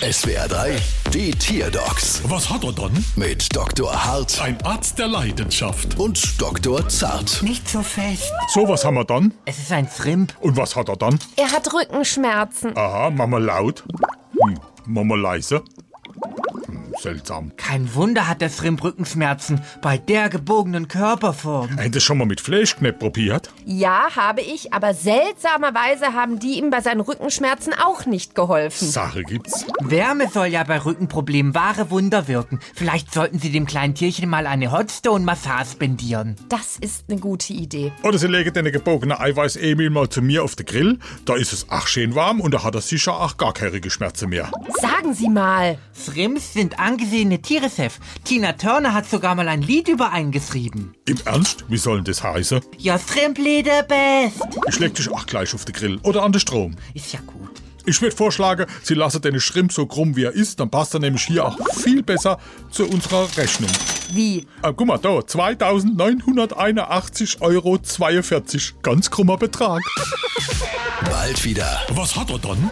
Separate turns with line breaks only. SWR 3, die Tierdocs
Was hat er dann?
mit Dr. Hart
Ein Arzt der Leidenschaft.
und Dr. Zart.
Nicht so fest.
So, was haben wir dann?
Es ist ein Shrimp.
Und was hat er dann?
Er hat Rückenschmerzen.
Aha, Mama laut. Hm, Mama leise. Hm, seltsam.
Kein Wunder hat der Shrimp Rückenschmerzen bei der gebogenen Körperform.
Hätte schon mal mit Fleischknepp probiert?
Ja, habe ich, aber seltsamerweise haben die ihm bei seinen Rückenschmerzen auch nicht geholfen.
Sache gibt's.
Wärme soll ja bei Rückenproblemen wahre Wunder wirken. Vielleicht sollten Sie dem kleinen Tierchen mal eine Hotstone-Massage spendieren.
Das ist eine gute Idee.
Oder sie legen den gebogenen Eiweiß-Emil mal zu mir auf den Grill. Da ist es auch schön warm und da hat er sicher auch gar keine Geschmerzen mehr.
Sagen Sie mal.
Shrimps sind angesehene Tiere, Chef. Tina Turner hat sogar mal ein Lied über einen geschrieben.
Im Ernst? Wie soll denn das heißen?
Ja, Shrimp the best.
Ich leg dich auch gleich auf den Grill oder an den Strom.
Ist ja gut.
Ich würde vorschlagen, Sie lassen den Schrimp so krumm, wie er ist, dann passt er nämlich hier auch viel besser zu unserer Rechnung.
Wie?
Ah, guck mal, da, 2.981,42 Euro. Ganz krummer Betrag.
Bald wieder.
Was hat er dann?